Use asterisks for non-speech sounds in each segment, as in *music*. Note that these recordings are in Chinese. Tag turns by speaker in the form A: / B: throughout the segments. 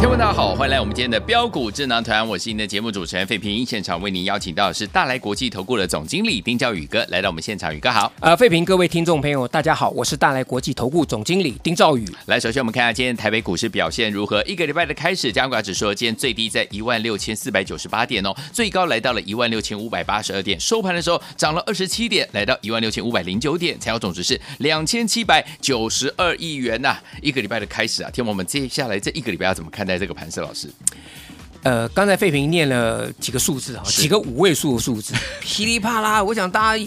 A: 听众大家好，欢迎来我们今天的标股智囊团，我是您的节目主持人费平。现场为您邀请到的是大来国际投顾的总经理丁兆宇哥来到我们现场，宇哥好。
B: 呃，费评各位听众朋友，大家好，我是大来国际投顾总经理丁兆宇。
A: 来，首先我们看一下今天台北股市表现如何。一个礼拜的开始，加权指数啊今天最低在一万六千四百九十八点哦，最高来到了一万六千五百八十二点，收盘的时候涨了二十七点，来到一万六千五百零九点，成交总值是两千七百九十二亿元呐、一个礼拜的开始啊，天王们，接下来这一个礼拜要怎么看待这个盘势？老师，
B: 呃，刚才费评念了几个数字哈，
A: 是
B: 几个五位数的数字，噼里啪啦，我想大家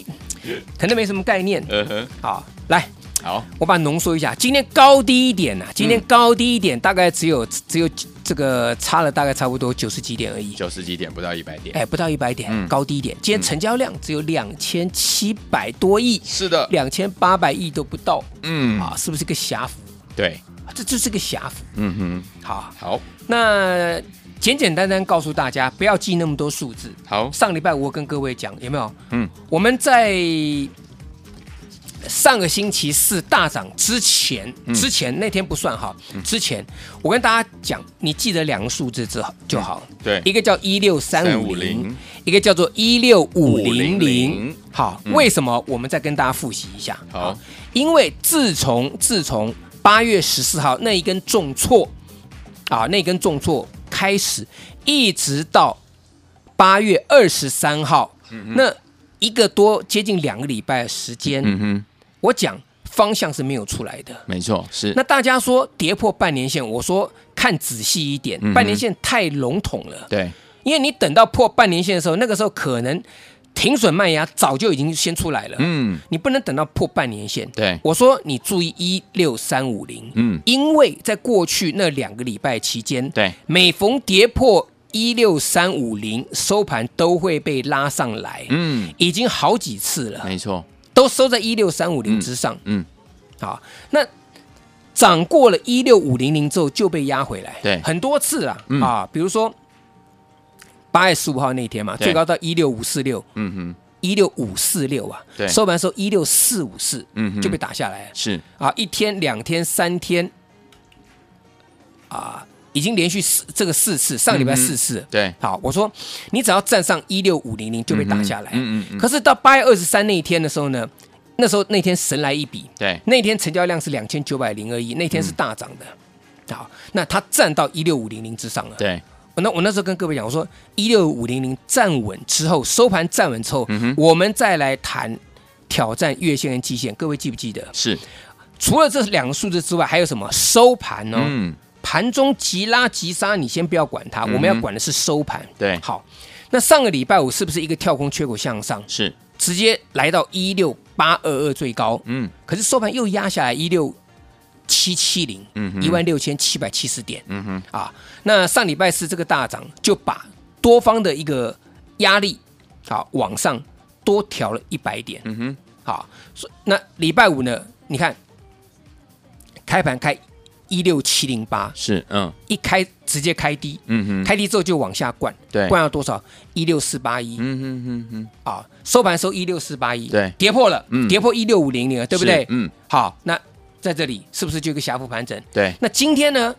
B: 可能没什么概念。
A: 呃哼，
B: 好，来，
A: 好，
B: 我把它浓缩一下，今天高低一点呐、今
A: 嗯
B: 天高低一点，大概只有只有这个差了大概差不多九十几点而已。
A: 九十几点不到一百点，
B: 哎，不到一百点，
A: 嗯
B: 高低一点。今天成交量只有两千七百多亿，
A: 是的，
B: 两千八百亿都不到
A: 呃嗯，
B: 啊，是不是个狭幅？
A: 对，
B: 这就是个狭幅。
A: 嗯
B: 好
A: 哼，，好，
B: 那简简单单告诉大家，不要记那么多数字。
A: 好，
B: 上礼拜我跟各位讲，有没有？
A: 嗯，
B: 我们在上个星期四大涨之前，之前那天不算哈，之前我跟大家讲，你记得两个数字之后就好。
A: 对
B: 一个叫一六嗯三五
A: 350
B: 零，一个叫做一六五零
A: 500
B: 零。好，为什么？我们再跟大家复习一下。
A: 嗯好，
B: 因为自从自从八月十四号那一根重挫啊，那根重挫开始，一直到八月二十三号，那一个多接近两个礼拜的时间，
A: 嗯哼，
B: 我讲方向是没有出来的。
A: 没错，是，
B: 那大家说跌破半年线，我说看仔细一点，
A: 嗯
B: 半年线太笼统了。
A: 对，
B: 因为你等到破半年线的时候，那个时候可能停损卖压早就已经先出来了。
A: 嗯，
B: 你不能等到破半年线。
A: 对
B: 我说你注意一六三五零，
A: 嗯
B: 因为在过去那两个礼拜期间，
A: 对
B: 每逢跌破一六三五零收盘都会被拉上来，
A: 嗯，
B: 已经好几次了，
A: 没错，
B: 都收在一六三五零之上。
A: 嗯，
B: 好，那涨过了一六五零零之后就被压回来，
A: 对
B: 很多次了、
A: 嗯
B: 啊，比如说八月十五号那天嘛，
A: 对
B: 最高到一六五四六，
A: 嗯哼，
B: 一六五四六啊
A: 对，
B: 收盘的时候一六四五四
A: 嗯哼，
B: 就被打下来了、
A: 是，
B: 啊，一天、两天、三天，啊，已经连续四这个四次，上
A: 嗯
B: 礼拜四次。
A: 对，
B: 好，我说你只要站上一六五零零就被打下来，
A: 嗯嗯嗯
B: 可是到八月二十三那一天的时候呢，那时候那天神来一笔，
A: 对，
B: 那天成交量是两千九百零二亿，那天是大涨的。好，那它站到一六五零零之上了。
A: 嗯对，
B: 我那我那时候跟各位讲，我说一六五零零站稳之后，收盘站稳之后，
A: 嗯
B: 我们再来谈挑战月线跟季线。各位记不记得？
A: 是，
B: 除了这两个数字之外，还有什么收盘哦？
A: 嗯，
B: 盘中急拉急杀，你先不要管它，我们要管的是收盘。
A: 对
B: 好，那上个礼拜五是不是一个跳空缺口向上，
A: 是，
B: 直接来到一六八二二最高？
A: 嗯
B: 可是收盘又压下来一六七七零，
A: 嗯
B: 一万六千七百七十点
A: 嗯哼，
B: 啊。那上礼拜四这个大涨，就把多方的一个压力啊往上多调了一百点。
A: 嗯哼，
B: 好，所以那礼拜五呢？你看开盘开一六七零八，
A: 是，嗯
B: 一开直接开低，
A: 嗯哼，
B: 开低之后就往下灌，
A: 对
B: 灌到多少？一六四八一
A: 嗯哼哼哼，
B: 啊，收盘收一六四八一，
A: 对
B: 跌破了，
A: 嗯
B: 跌破一六五零零了，对不对
A: 是？嗯，
B: 好，那在这里是不是就有一个狭幅盘整？
A: 对，
B: 那今天呢，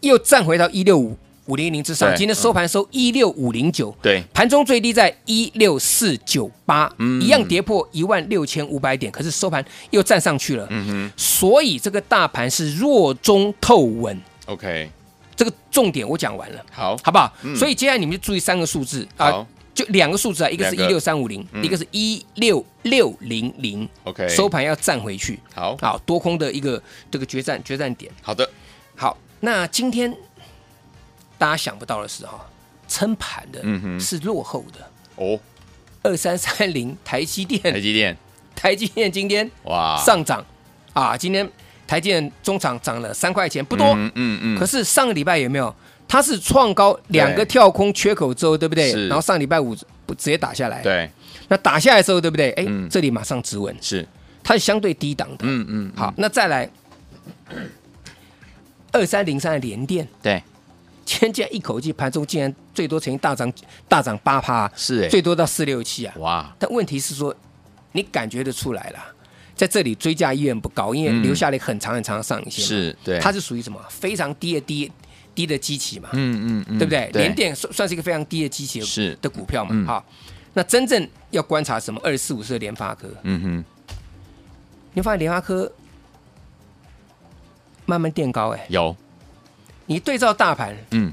B: 又站回到一六五五零零之上，
A: 对嗯
B: 今天收盘收一六五零九，
A: 对，
B: 盘中最低在一六四九八，
A: 嗯
B: 一样跌破一万六千五百点，可是收盘又站上去了，
A: 嗯
B: 所以这个大盘是弱中透稳，
A: 哼，OK，
B: 这个重点我讲完了。
A: 好，
B: 好不好？
A: 嗯
B: 所以接下来你们就注意三个数字
A: 好
B: 啊，就两个数字啊，一个是一
A: 两个嗯
B: 六三五零，一个是一六六零零。
A: OK
B: 收盘要站回去，
A: 好，
B: 好多空的一个这个决战决战点。
A: 好的，
B: 好，那今天大家想不到的是哈，撑盘的，
A: 嗯哼
B: 是落后的。
A: 哦，
B: 二三三零台积
A: 台
B: 电，
A: 积电，
B: 台积电今天
A: 哇，
B: 嗯上涨啊，今天台积电中场涨了三块钱，不多。
A: 嗯嗯嗯
B: 可是上个礼拜有没有？它是创高两个跳空缺口之后，对不对？
A: 是
B: 然后上礼拜五不直接打下来，。
A: 对，
B: 那打下来之后，对不对？哎
A: 嗯，
B: 这里马上止稳，
A: 是，
B: 它是相对低档的。
A: 嗯嗯，
B: 好，那再来二三零三的联电，
A: 对，
B: 今天竟然一口气盘中竟然最多曾经大涨大涨八趴，
A: 是哎
B: 最多到四六七啊。
A: 哇，
B: 但问题是说，你感觉得出来啦，在这里追加意愿不高，因为
A: 嗯
B: 留下了一个很长很长的上影线嘛，
A: 是对
B: 它是属于什么非常低的低低的基期嘛，
A: 嗯嗯嗯，
B: 对不对？联电算算是一个非常低的基期的
A: 是
B: 的股票嘛，
A: 嗯
B: 好，那真正要观察什么？二四五四的联发科，
A: 嗯哼，
B: 你会发现联发科慢慢垫高、哎，
A: 有，
B: 你对照大盘，
A: 嗯，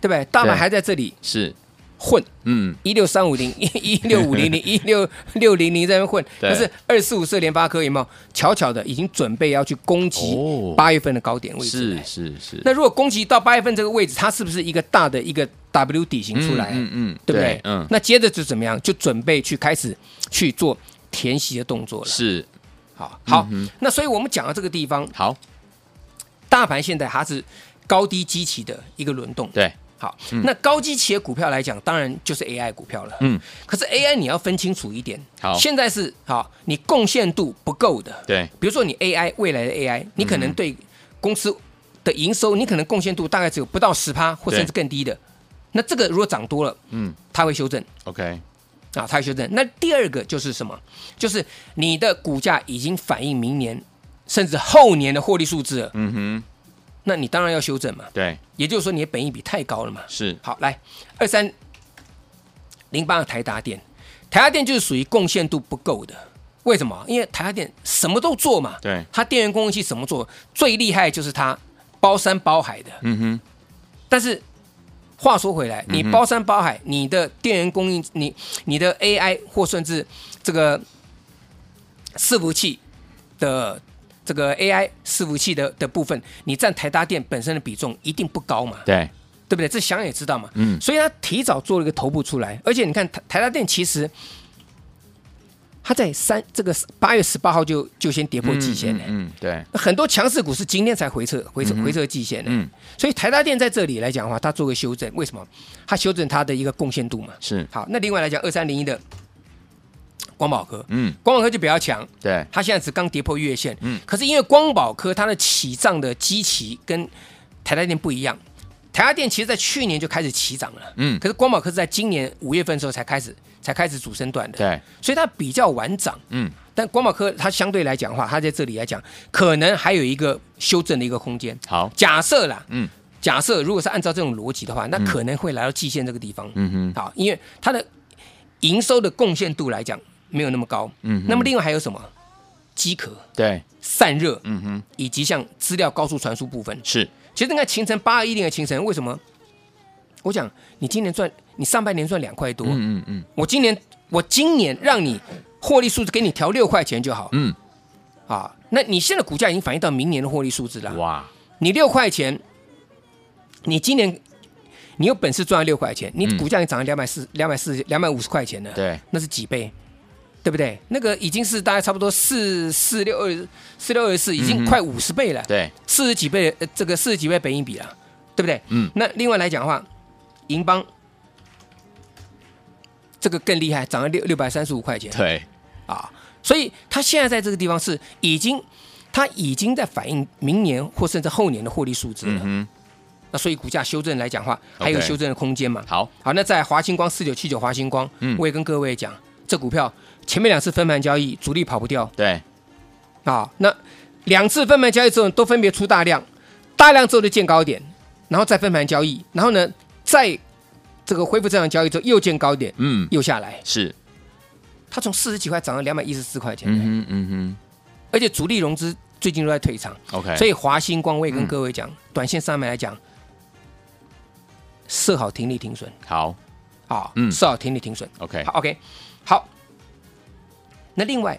B: 对不对？大盘
A: 对
B: 还在这里
A: 是，
B: 混。
A: 嗯，
B: 一六三五零、 *laughs* 一六五
A: *laughs*
B: 零零、一六六零零在那边混，
A: 对
B: 但是二四五四联发科有没有巧巧的已经准备要去攻击
A: 哦
B: 八月份的高点位置了？
A: 是是是，
B: 那如果攻击到八月份这个位置，它是不是一个大的一个 W 底型出来？
A: 嗯嗯，
B: 对不对？
A: 嗯，
B: 那接着就怎么样？就准备去开始去做填息的动作了。
A: 是
B: 好，好，
A: 嗯哼
B: 那所以我们讲到这个地方，
A: 好，
B: 大盘现在它是高低基期的一个轮动。
A: 对，
B: 好，那高基企业股票来讲，当然就是 AI 股票了。
A: 嗯，
B: 可是 AI 你要分清楚一点。
A: 好
B: 现在是好，你贡献度不够的。
A: 对，
B: 比如说你 AI 未来的
A: 嗯
B: AI，你可能对公司的营收，你可能贡献度大概只有不到十趴，或
A: 对
B: 甚至更低的。那这个如果涨多了，
A: 嗯
B: 它会修正
A: ，OK，
B: 啊，它会修正。那第二个就是什么？就是你的股价已经反映明年甚至后年的获利数字了，
A: 嗯哼，
B: 那你当然要修正嘛。
A: 对，
B: 也就是说，你的本益比太高了嘛。
A: 是，
B: 好，来二三零八的台达电，台达电就是属于贡献度不够的。为什么？因为台达电什么都做嘛，
A: 对
B: 它电源供应器什么做，最厉害就是它包山包海的。
A: 嗯哼，嗯
B: 但是话说回来，你包山包海，你的电源供应，你你的 AI 或甚至这个伺服器的这个 AI 伺服器的的部分，你占台达电本身的比重一定不高嘛？
A: 对，
B: 对不对？这想也知道嘛。
A: 嗯
B: 所以他提早做了一个头部出来，而且你看台台达电其实它在三这个八月十八号就就先跌破季线了。
A: 嗯，对，
B: 很多强势股是今天才回撤，回撤回撤季线的，
A: 嗯
B: 所以台达电在这里来讲的话，它做个修正，为什么？它修正它的一个贡献度嘛。
A: 是，
B: 好，那另外来讲，二三零一的光宝科，
A: 嗯，
B: 光宝科就比较强，
A: 对，
B: 它现在只刚跌破月线，
A: 嗯
B: 可是因为光宝科它的起涨的基期跟台达电不一样，台达电其实在去年就开始起涨了，
A: 嗯
B: 可是光宝科是在今年五月份的时候才开始才开始主升段的，
A: 对，
B: 所以它比较晚涨，
A: 嗯，
B: 但光宝科它相对来讲的话，它在这里来讲，可能还有一个修正的一个空间。
A: 好，
B: 假设啦，
A: 嗯，
B: 假设如果是按照这种逻辑的话，那可能会来到季线这个地方。
A: 嗯哼，
B: 好，因为它的营收的贡献度来讲没有那么高。
A: 嗯哼
B: 那么另外还有什么？机壳、
A: 对，
B: 散热，
A: 嗯哼，
B: 以及像资料高速传输部分。
A: 是，
B: 其实你看秦城八二一零的秦城，为什么？我讲你今年赚，你上半年赚两块多，
A: 嗯嗯嗯，
B: 我今年我今年让你获利数字给你调六块钱就好。
A: 嗯，
B: 啊，那你现在股价已经反映到明年的获利数字了。
A: 哇，
B: 你六块钱，你今年你有本事赚六块钱，你
A: 嗯
B: 股价也涨了两百四、两百四、两百五十块钱了，
A: 对，
B: 那是几倍？对不对？那个已经是大概差不多四四六二四六二四，已
A: 嗯
B: 经
A: 哼
B: 快五十倍了，
A: 对，
B: 四十几倍，呃这个四十几倍本益比了，对不对？
A: 嗯，
B: 那另外来讲的话，银邦这个更厉害，涨了六六百三十五块钱
A: 对，
B: 啊，所以它现在在这个地方是已经，它已经在反映明年或甚至后年的获利数字了。
A: 嗯
B: 那所以股价修正来讲的话，还有
A: OK
B: 修正的空间嘛
A: 哼，。好，
B: 好，那在华星光四九七九华星光，
A: 嗯
B: 我也跟各位讲，这股票前面两次分盘交易，主力跑不掉
A: 对，
B: 啊。那两次分盘交易之后，都分别出大量，大量之后就见高点，然后再分盘交易，然后呢，在这个恢复正常交易之后又见高点，
A: 嗯，
B: 又下来。
A: 是，
B: 它从四十几块涨到两百一十四块钱，
A: 嗯哼，嗯
B: 而且主力融资最近都在退场，
A: 哼，OK，
B: 所
A: 以，
B: 以华星光我也
A: 嗯
B: 跟各位讲，短线上面来讲，设好停利停损。
A: 好
B: 啊，
A: 嗯哎
B: 设好停利停损。
A: ，OK，
B: 好，OK，好。那另外，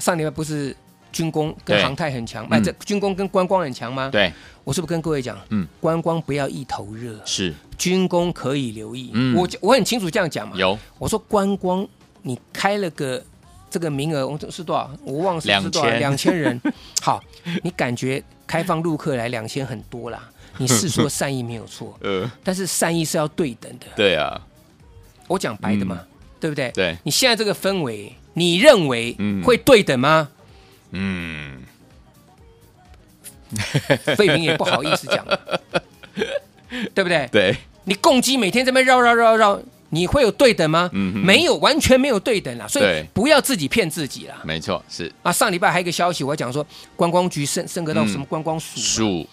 B: 上礼拜不是军工跟
A: 对
B: 航太很强，哎，
A: 嗯
B: 这军工跟观光很强吗？
A: 对，
B: 我是不是跟各位讲，
A: 嗯，
B: 观光不要一头热，
A: 是，
B: 军工可以留意。
A: 嗯
B: 我我很清楚这样讲嘛。
A: 有，
B: 我说观光，你开了个这个名额我是多少？我忘了是不是多少两千人。 *laughs* 好，你感觉开放入客来两千很多啦，你是说善意没有错
A: *laughs* 呃，
B: 但是善意是要对等的。
A: 对啊，
B: 我讲白的嘛，对不对？
A: 嗯对，
B: 你现在这个氛围，你认为
A: 嗯
B: 会对等吗？
A: 嗯，
B: 费平也不好意
A: *laughs*
B: 思讲，对不对？
A: 对，
B: 你共机每天这边绕绕绕绕，你会有对等吗？
A: 嗯哼
B: 没有，完全没有对等啦。所以
A: 对
B: 不要自己骗自己啦。
A: 没错，是
B: 啊，上礼拜还有一个消息，我还讲说观光局升升格到
A: 嗯
B: 什么观光署，
A: 数，嗯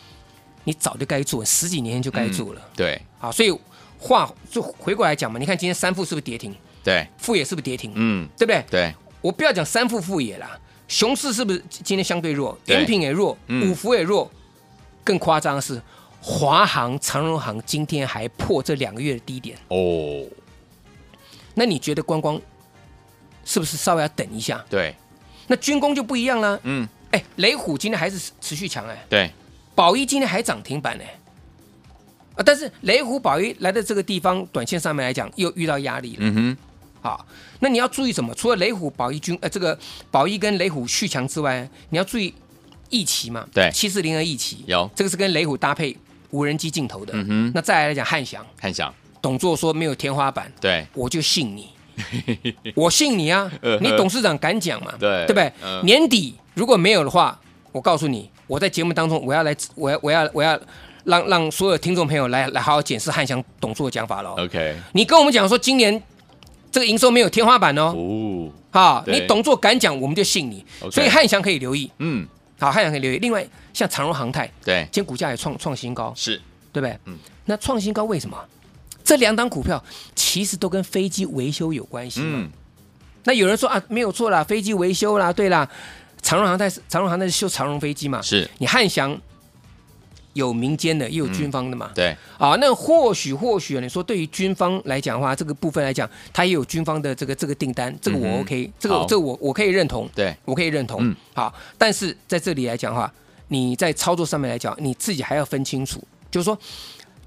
B: 你早就该做，十几年前就该做了。
A: 对
B: 好，所以话就回过来讲嘛，你看今天三富是不是跌停，
A: 对，
B: 富野是不是跌停，
A: 嗯，
B: 对不对？
A: 对，
B: 我不要讲三富富野啦，熊市是不是今天相对弱？
A: 对
B: 延平也弱，
A: 嗯
B: 五福也弱，更夸张的是华航、长荣航今天还破这两个月的低点。
A: 哦，
B: 那你觉得观光是不是稍微要等一下？
A: 对，
B: 那军工就不一样了。
A: 嗯，
B: 哎，雷虎今天还是持续强哎，
A: 对，
B: 宝一今天还涨停板哎。啊，但是雷虎宝一来到这个地方，短线上面来讲又遇到压力了。
A: 嗯哼，
B: 好，那你要注意什么？除了雷虎、宝一军呃，这个宝一跟雷虎续强之外，你要注意翼奇嘛？
A: 对
B: 七四零二翼奇
A: 有
B: 这个是跟雷虎搭配无人机镜头的。
A: 嗯哼
B: 那再来讲汉翔，
A: 看想，
B: 董座说没有天花板，
A: 对，
B: 我就
A: *laughs*
B: 信你，我信你啊
A: 呃呵！
B: 你董事长敢讲嘛？
A: 对
B: 对不对？
A: 嗯
B: 年底如果没有的话，我告诉你，我在节目当中我要来，我要我要我要让让所有听众朋友来来好好检视汉翔董座的讲法喽。
A: ，OK，
B: 你跟我们讲说今年这个营收没有天花板哦，
A: 哦，
B: 哈，
A: 对
B: 你董座敢讲，我们就信你。
A: OK
B: 所以汉翔可以留意，
A: 嗯，
B: 好，汉翔可以留意。另外，像长荣航太，
A: 对，
B: 今天股价也创创新高，
A: 是，
B: 对不对？
A: 嗯
B: 那创新高为什么？这两档股票其实都跟飞机维修有关系嘛。
A: 嗯，
B: 那有人说啊，没有错啦，飞机维修啦，对啦，长荣航太是长荣航太是修长荣飞机嘛，
A: 是，
B: 你汉翔有民间的，也有军方的嘛。
A: 对，
B: 啊，那或许或许啊你说对于军方来讲的话，这个部分来讲，它也有军方的这个这个订单，这个
A: 嗯哼
B: 我 OK，、这个
A: 好
B: 这个我我可以认同，
A: 对，
B: 我可以认同。
A: 嗯
B: 好，但是在这里来讲的话，你在操作上面来讲，你自己还要分清楚，就是说，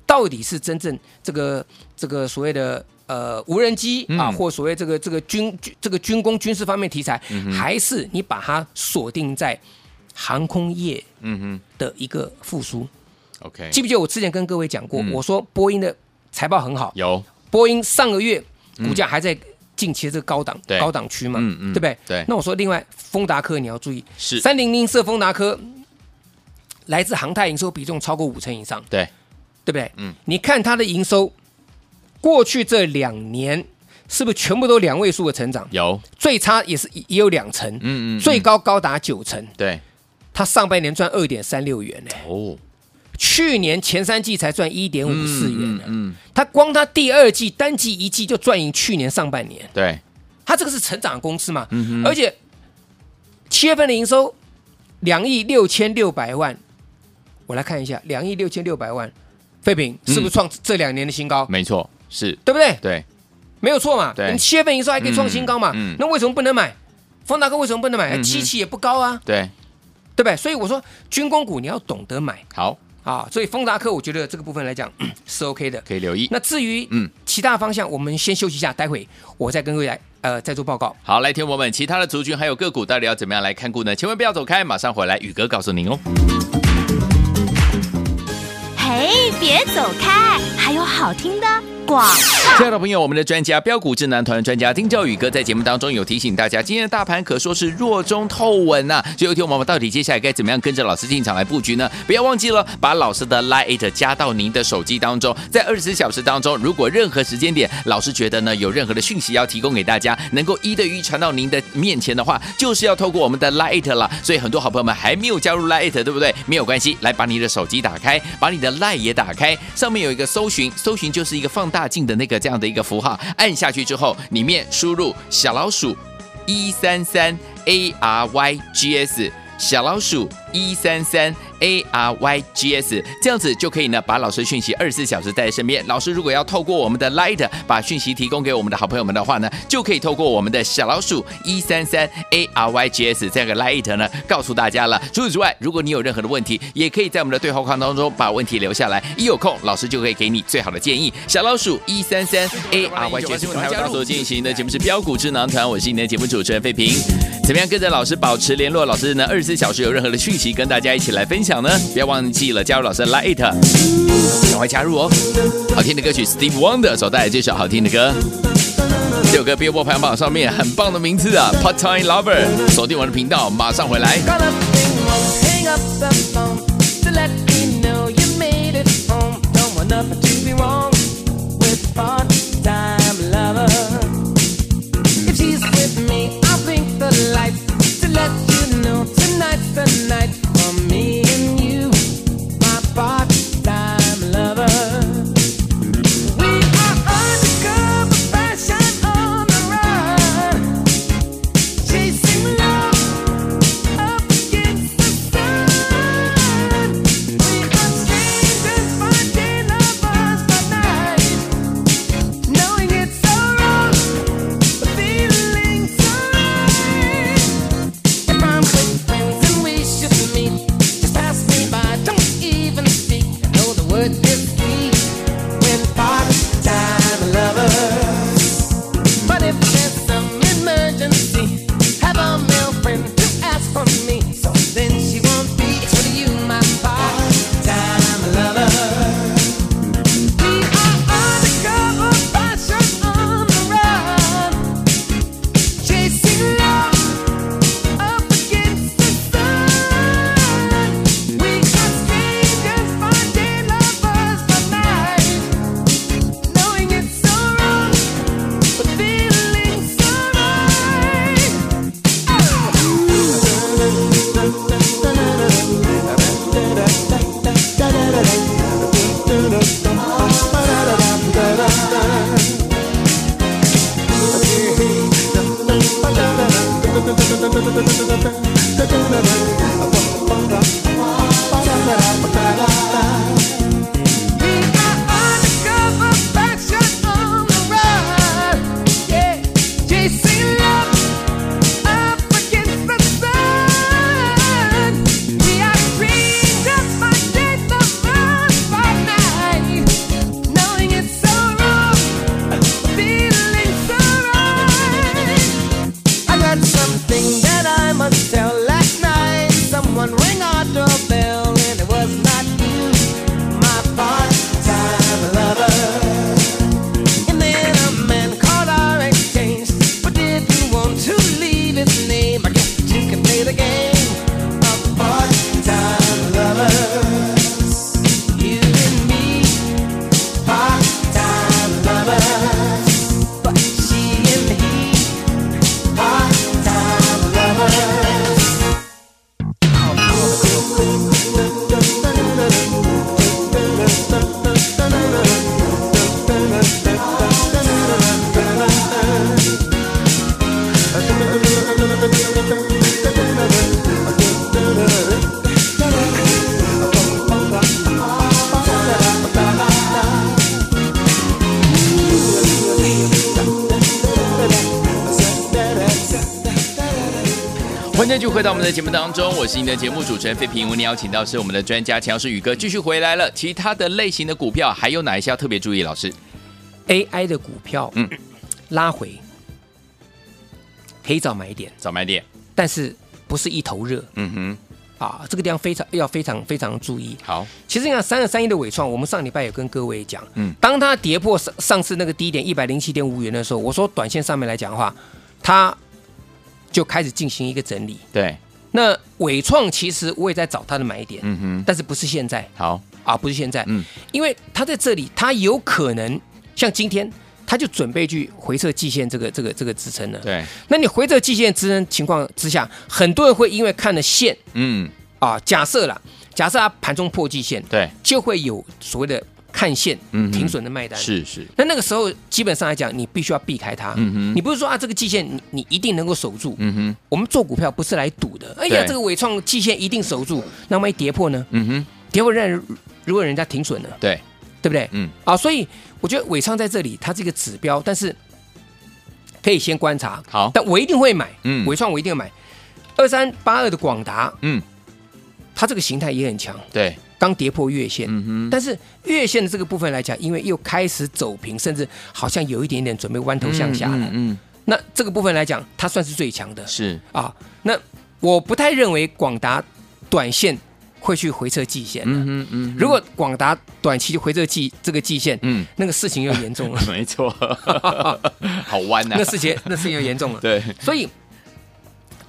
B: 到底是真正这个这个所谓的呃无人机啊，
A: 嗯
B: 或所谓这个这个军军这个军工军事方面题材，
A: 嗯
B: 还是你把它锁定在航空业
A: 嗯
B: 的一个复苏？
A: 哼，OK，
B: 记不记得我之前跟各位讲过，
A: 嗯
B: 我说波音的财报很好，
A: 有，
B: 波音上个月股价还在近期的这个高档、
A: 对
B: 高档区嘛，
A: 嗯嗯
B: 对不对？
A: 对
B: 那我说另外丰达科你要注意，
A: 是，
B: 三零零四丰达科来自航太营收比重超过五成以上，
A: 对，
B: 对不对？
A: 嗯，
B: 你看它的营收，过去这两年是不是全部都两位数的成长？
A: 有，
B: 最差也是也有两成，
A: 嗯嗯嗯，
B: 最，高高达九成。
A: 对，
B: 它上半年赚二点三六元呢、
A: 哦，
B: 去年前三季才赚一点五四元呢、
A: 嗯，
B: 它光它第二季单季一季就赚赢去年上半年，
A: 对，
B: 它这个是成长公司嘛，
A: 嗯
B: 而且七月份的营收两亿六千六百万，我来看一下，两亿六千六百万，废品是不
A: 嗯
B: 是创这两年的新高？
A: 没错，是，
B: 对不对？
A: 对，
B: 没有错嘛，
A: 对
B: 你七月份营收还可以创新高嘛，
A: 嗯嗯
B: 那为什么不能买？方大哥为什么不能买？
A: 嗯哼
B: 七期也不高啊，
A: 对，
B: 对不对？所以我说军工股你要懂得买
A: 好，
B: 啊，所以丰达科我觉得这个部分来讲嗯是 OK 的。
A: 可以留意。
B: 那至于
A: 嗯
B: 嗯其他方向，我们先休息一下，待会我再跟各位来呃再做报告。
A: 好，来，听我们，其他的族群还有个股到底要怎么样来看顾呢？千万不要走开，马上回来，宇哥告诉您哦。
C: 嘿，别走开，还有好听的广。
A: 亲爱的朋友，我们的专家标股智囊团专家丁兆宇哥在节目当中有提醒大家，今天的大盘可说是弱中透稳呐、所以，有天我们到底接下来该怎么样跟着老师进场来布局呢？不要忘记了把老师的 Lite 加到您的手机当中，在二十四小时当中，如果任何时间点老师觉得呢有任何的讯息要提供给大家，能够一对一传到您的面前的话，就是要透过我们的 Lite 了。所以，很多好朋友们还没有加入 Lite，对不对？没有关系，来把你的手机打开，把你的 Lite 也打开，上面有一个搜寻，搜寻就是一个放大镜的那个这样的一个符号，按下去之后，里面输入小老鼠一三三 A R Y G S。小老鼠一三三 A R Y G S，这样子就可以呢把老师讯息二十四小时带在身边。老师如果要透过我们的 Light 把讯息提供给我们的好朋友们的话呢，就可以透过我们的小老鼠一三三 A R Y G S 这样的 Light 呢告诉大家了。除此之外，如果你有任何的问题，也可以在我们的对话框当中把问题留下来，一有空老师就可以给你最好的建议。小老鼠一三三 A R Y G S，欢迎加入进行的节目是标股智囊团，我是你的节目主持人费平。怎么样跟着老师保持联络？老师呢二十四小时有任何的讯息跟大家一起来分享呢？不要忘记了加入老师的 Light，赶快加入哦！好听的歌曲 Steve Wonder 所带来这首好听的歌。这首歌 Billboard 排行榜上面很棒的名字啊，Part Time Lover。锁定我的频道，马上回来。
D: Call up Bing Bong, hang up the phone to let me know you made it home. Don't want nothing to be wrong with part-time lover. If she's with me, I'll blink the lights to let you know tonight's the night for me and you, my part-time lover. We are undercover, fashion on the run, chasing love. Up against the sun, we are strangers by day, lovers by night. Knowing it's so wrong, but feeling so right. If I'm with friends and we should meet, just pass me by, don't even speak. I know the word is sweet when part-time lovers. But if there's some emergency, have a male friend to ask for me. So then she won't be. It's what you, my part-time lover. We are undercover, fashion on the run, chasing love up against the sun. We are strangers by day, lovers by night, knowing it's so wrong. But feeling's alright. We are undercover, fashion on the run. Yeah, chasing love up against the sun. We are strangers by day, lovers by night. Knowing it's so wrong, feeling so right. I got something that I must tell. Last night, someone rang our doorbell, and it was not you, my part-time lover. And then a man called our exchange, but didn't want to leave his name. I guess that you can play the game of part-time lovers. You and me, part-time lovers, but she and he. Part-time lovers.
A: 欢迎继续回到我们的节目当中，我是您的节目主持人费平。我们邀请到是我们的专家钱老师宇哥继续回来了。其他的类型的股票还有哪一些要特别注意？老师，
B: AI 的股票，
A: 嗯
B: 嗯，拉回可以找买点，
A: 早买点。
B: 但是不是一头热
A: 嗯哼，
B: 啊？这个地方非常要非常非常注意。
A: 好，
B: 其实你看三二三一的伟创，我们上礼拜有跟各位讲，
A: 嗯
B: 嗯，当它跌破上上次那个低点一百零七点五元的时候，我说短线上面来讲的话，它就开始进行一个整理。
A: 对，
B: 那伟创其实我也在找它的买点，
A: 嗯哼，
B: 但是不是现在
A: 好，
B: 啊？不是现在，
A: 嗯
B: 因为它在这里，它有可能像今天，它就准备去回撤季线这个这个这个支撑了。，
A: 对，
B: 那你回撤季线支撑情况之下，很多人会因为看了线
A: 嗯，
B: 啊，假设啦，假设它盘中破季线，
A: 对，
B: 就会有所谓的看线
A: 嗯哼
B: 停损的卖单。
A: 是是，
B: 那那个时候基本上来讲，你必须要避开它。
A: 嗯哼
B: 你不是说啊，这个季线你你一定能够守住。
A: 嗯哼，
B: 我们做股票不是来赌的。哎呀，
A: 对
B: 这个伟创季线一定守住，那万一跌破呢？
A: 嗯哼，
B: 跌破让人如果人家停损了，
A: 对，
B: 对不对？
A: 嗯，
B: 啊，所以我觉得伟创在这里它是一个指标，但是可以先观察。
A: 好，
B: 但我一定会买，
A: 嗯
B: 伟创我一定会买。二三八二的广达，
A: 嗯，
B: 它这个形态也很强，
A: 对，
B: 刚跌破月线，
A: 嗯哼，
B: 但是月线的这个部分来讲，因为又开始走平，甚至好像有一点点准备弯头向下了。
A: 嗯，
B: 那这个部分来讲，它算是最强的
A: 嗯是，
B: 啊。那我不太认为广达短线会去回撤季线。
A: 嗯哼嗯哼，
B: 如果广达短期就回撤季这个季线，
A: 嗯，
B: 那个事情又严重
A: *laughs*
B: 了，
A: 没错，好弯呐
B: 那，事情那事情又严重
A: *laughs*
B: 了。
A: 对，
B: 所以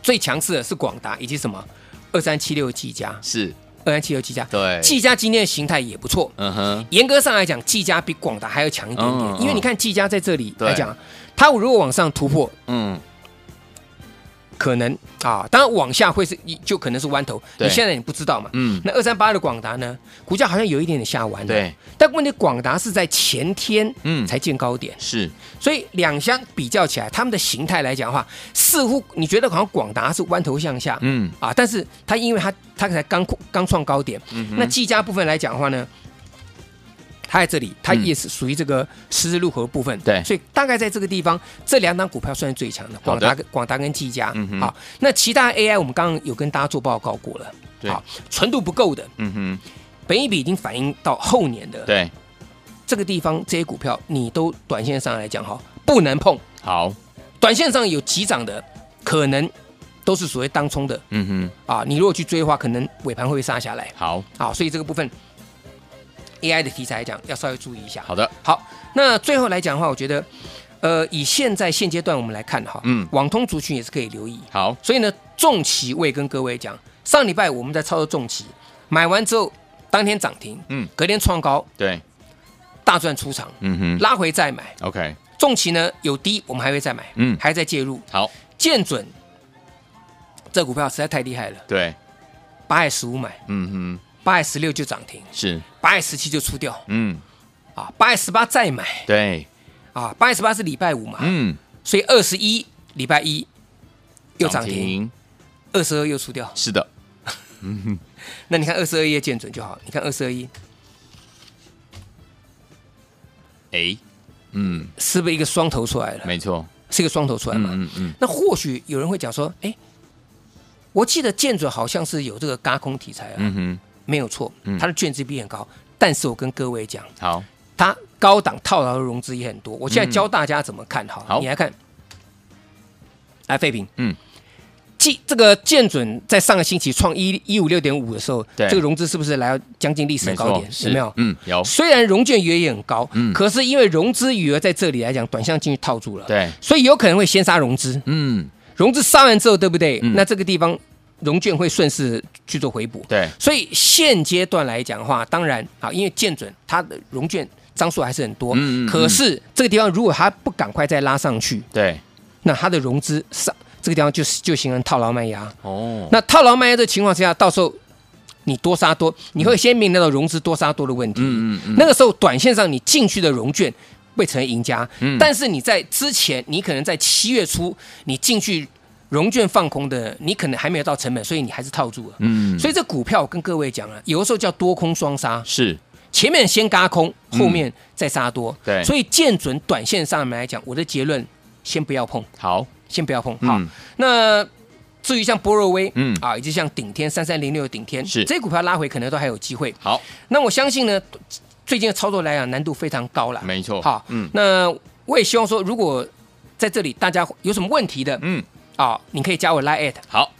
B: 最强势的是广达以及什么二三七六技嘉，
A: 是，
B: 二三七六技嘉，
A: 对，
B: 技嘉今天的形态也不错。
A: 嗯哼，
B: 严格上来讲，技嘉比广达还要强一点
A: 嗯嗯
B: 点，因为你看技嘉在这里
A: 对
B: 来讲，它如果往上突破，
A: 嗯，
B: 可能啊，当然往下会是就可能是弯头，
A: 对
B: 你现在也不知道嘛。
A: 嗯，
B: 那二三八的广达呢，股价好像有一点点下弯，。啊
A: 对，
B: 但问题广达是在前天
A: 嗯
B: 才见高点，
A: 是，
B: 所以两相比较起来，它们的形态来讲的话，似乎你觉得好像广达是弯头向下，
A: 嗯，
B: 啊，但是它因为它它才刚刚创高点，
A: 嗯哼
B: 那技嘉部分来讲的话呢，它在这里，它
A: 嗯
B: 也是属于这个十字路口的部分，
A: 对
B: 所以大概在这个地方，这两档股票算是最强的，
A: 好
B: 广
A: 的
B: 达跟广达跟技嘉，
A: 嗯哼
B: 好，那其他 AI 我们刚刚有跟大家做报告过了，
A: 对
B: 好，纯度不够的，
A: 嗯哼，
B: 本益比已经反映到后年的，
A: 对，
B: 这个地方这些股票你都短线上来讲哈，不能碰，
A: 好，
B: 短线上有急涨的，可能都是所谓当冲的。
A: 嗯哼，
B: 啊，你如果去追的话，可能尾盘会杀下来
A: 好，
B: 啊，所以这个部分 AI 的题材来讲，要稍微注意一下。
A: 好的，
B: 好，那最后来讲的话，我觉得，呃，以现在现阶段我们来看哈，
A: 嗯
B: 网通族群也是可以留意。
A: 好，
B: 所以呢，重旗我也跟各位讲，上礼拜我们在操作重旗，买完之后当天涨停，
A: 嗯，
B: 隔天创高，
A: 对，
B: 大赚出场，
A: 嗯哼
B: 拉回再买。
A: ，OK，
B: 重旗呢有低，我们还会再买，
A: 嗯
B: 还在介入。
A: 好，
B: 建准这股票实在太厉害了，
A: 对，
B: 八百十五买，
A: 嗯哼，
B: 八百十六就涨停，
A: 是，
B: 八百十七就出掉
A: 嗯，
B: 啊，八百十八再买
A: 对，
B: 啊，八百十八是礼拜五嘛，
A: 嗯，
B: 所以二十一礼拜一又涨停，，二十二又出掉。
A: 是的，
B: 那你看二十二页见准就好，你看二十二一
A: 哎，嗯，
B: 是不是一个双头出来了？
A: 没错，
B: 是一个双头出来嘛？
A: 嗯嗯嗯，
B: 那或许有人会讲说，哎，我记得建准好像是有这个嘎空题材啊，
A: 嗯哼，
B: 没有错
A: 嗯，
B: 它的卷资比很高，但是我跟各位讲，
A: 好，
B: 它高档套牢的融资也很多。我现在教大家怎么看好了，
A: 嗯好
B: 你来看，来废品，
A: 嗯，
B: 即这个建准在上个星期创一一五六点五的时候，
A: 对
B: 这个融资是不是来到将近历史
A: 没
B: 高
A: 错
B: 点，？
A: 是
B: 有没有？
A: 嗯，有，
B: 虽然融券余额也很高，
A: 嗯
B: 可是因为融资余额在这里来讲，短项进去套住了，，
A: 对，
B: 所以有可能会先杀融资，
A: 嗯，
B: 融资杀完之后，对不对？
A: 嗯
B: 那这个地方融券会顺势去做回补，
A: 对，
B: 所以现阶段来讲的话，当然啊，因为建准它的融券张数还是很多，
A: 嗯嗯嗯
B: 可是这个地方如果它不赶快再拉上去，
A: 对，
B: 那它的融资上这个地方就是就形成套牢卖压。
A: 哦，
B: 那套牢卖压的情况之下，到时候你多杀多，你会先面临到融资多杀多的问题。
A: 嗯嗯嗯
B: 那个时候短线上你进去的融券会成为赢家，
A: 嗯
B: 但是你在之前，你可能在七月初你进去融券放空的，你可能还没有到成本，所以你还是套住了。
A: 嗯，
B: 所
A: 以
B: 以这股票我跟各位讲了，啊有的时候叫多空双杀，
A: 是，
B: 前面先嘎空，
A: 嗯
B: 后面再杀多。
A: 对
B: 所以见准短线上面来讲，我的结论先不要碰，
A: 好，
B: 先不要碰。好，
A: 嗯，
B: 那至于像波若威，
A: 嗯
B: 啊，以及像顶天三三零六的顶天，
A: 是
B: 这些股票拉回可能都还有机会。
A: 好，
B: 那我相信呢，最近的操作来讲难度非常高了。
A: 没错，
B: 好，
A: 嗯
B: 那我也希望说，如果在这里大家有什么问题的
A: 嗯，
B: 啊，你可以加我 line at，
A: 好，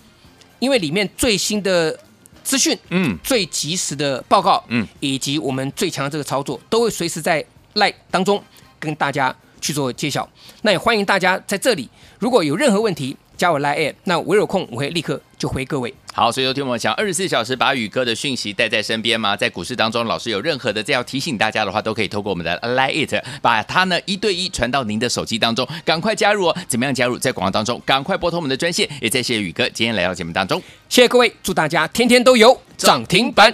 B: 因为里面最新的资讯
A: 嗯，
B: 最及时的报告，
A: 嗯
B: 嗯，以及我们最强的这个操作，都会随时在 Live 当中跟大家去做揭晓。那也欢迎大家在这里，如果有任何问题，加我 Live，那我有空我会立刻就回各位。
A: 好，所以有听我们讲，二十四小时把宇哥的讯息带在身边吗？在股市当中，老师有任何的这要提醒大家的话，都可以透过我们的 Like It，把它呢一对一传到您的手机当中，赶快加入哦！怎么样加入？在广告当中，赶快拨通我们的专线。也再谢谢宇哥今天来到节目当中。
B: 谢谢各位，祝大家天天都有涨停板。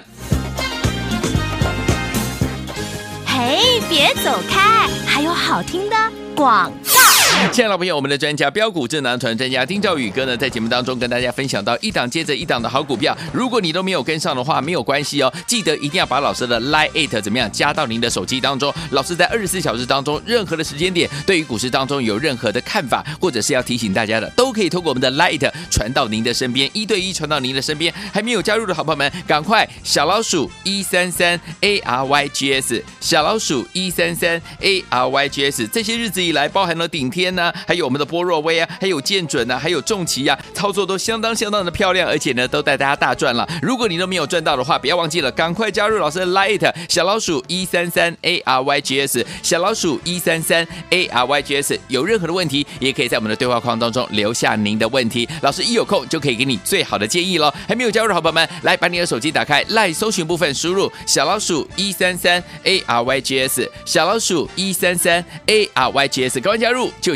C: 嘿，嘿，别走开，还有好听的广告。
A: *laughs* 亲爱的老朋友，我们的专家标股智囊团专家丁兆宇哥呢，在节目当中跟大家分享到一档接着一档的好股票，如果你都没有跟上的话，没有关系哦，记得一定要把老师的 Line It 怎么样加到您的手机当中。老师在二十四小时当中，任何的时间点，对于股市当中有任何的看法，或者是要提醒大家的，都可以通过我们的 Line It 传到您的身边，一对一传到您的身边。还没有加入的好朋友们，赶快小老鼠一三三 A R Y G S，小老鼠一三三 A R Y G S，这些日子以来包含了顶天呢、还有我们的波若威啊，还有剑准啊，还有重旗啊，操作都相当相当的漂亮，而且呢都带大家大赚了。如果你都没有赚到的话，不要忘记了，赶快加入老师的 Light 小老鼠一三三 A R Y G S 小老鼠一三三 A R Y G S，有任何的问题也可以在我们的对话框当中留下您的问题，老师一有空就可以给你最好的建议喽。还没有加入的好朋友们，来把你的手机打开，赖搜寻部分输入小老鼠一三三 A R Y G S 小老鼠一三三 A R Y G S，赶快加入，就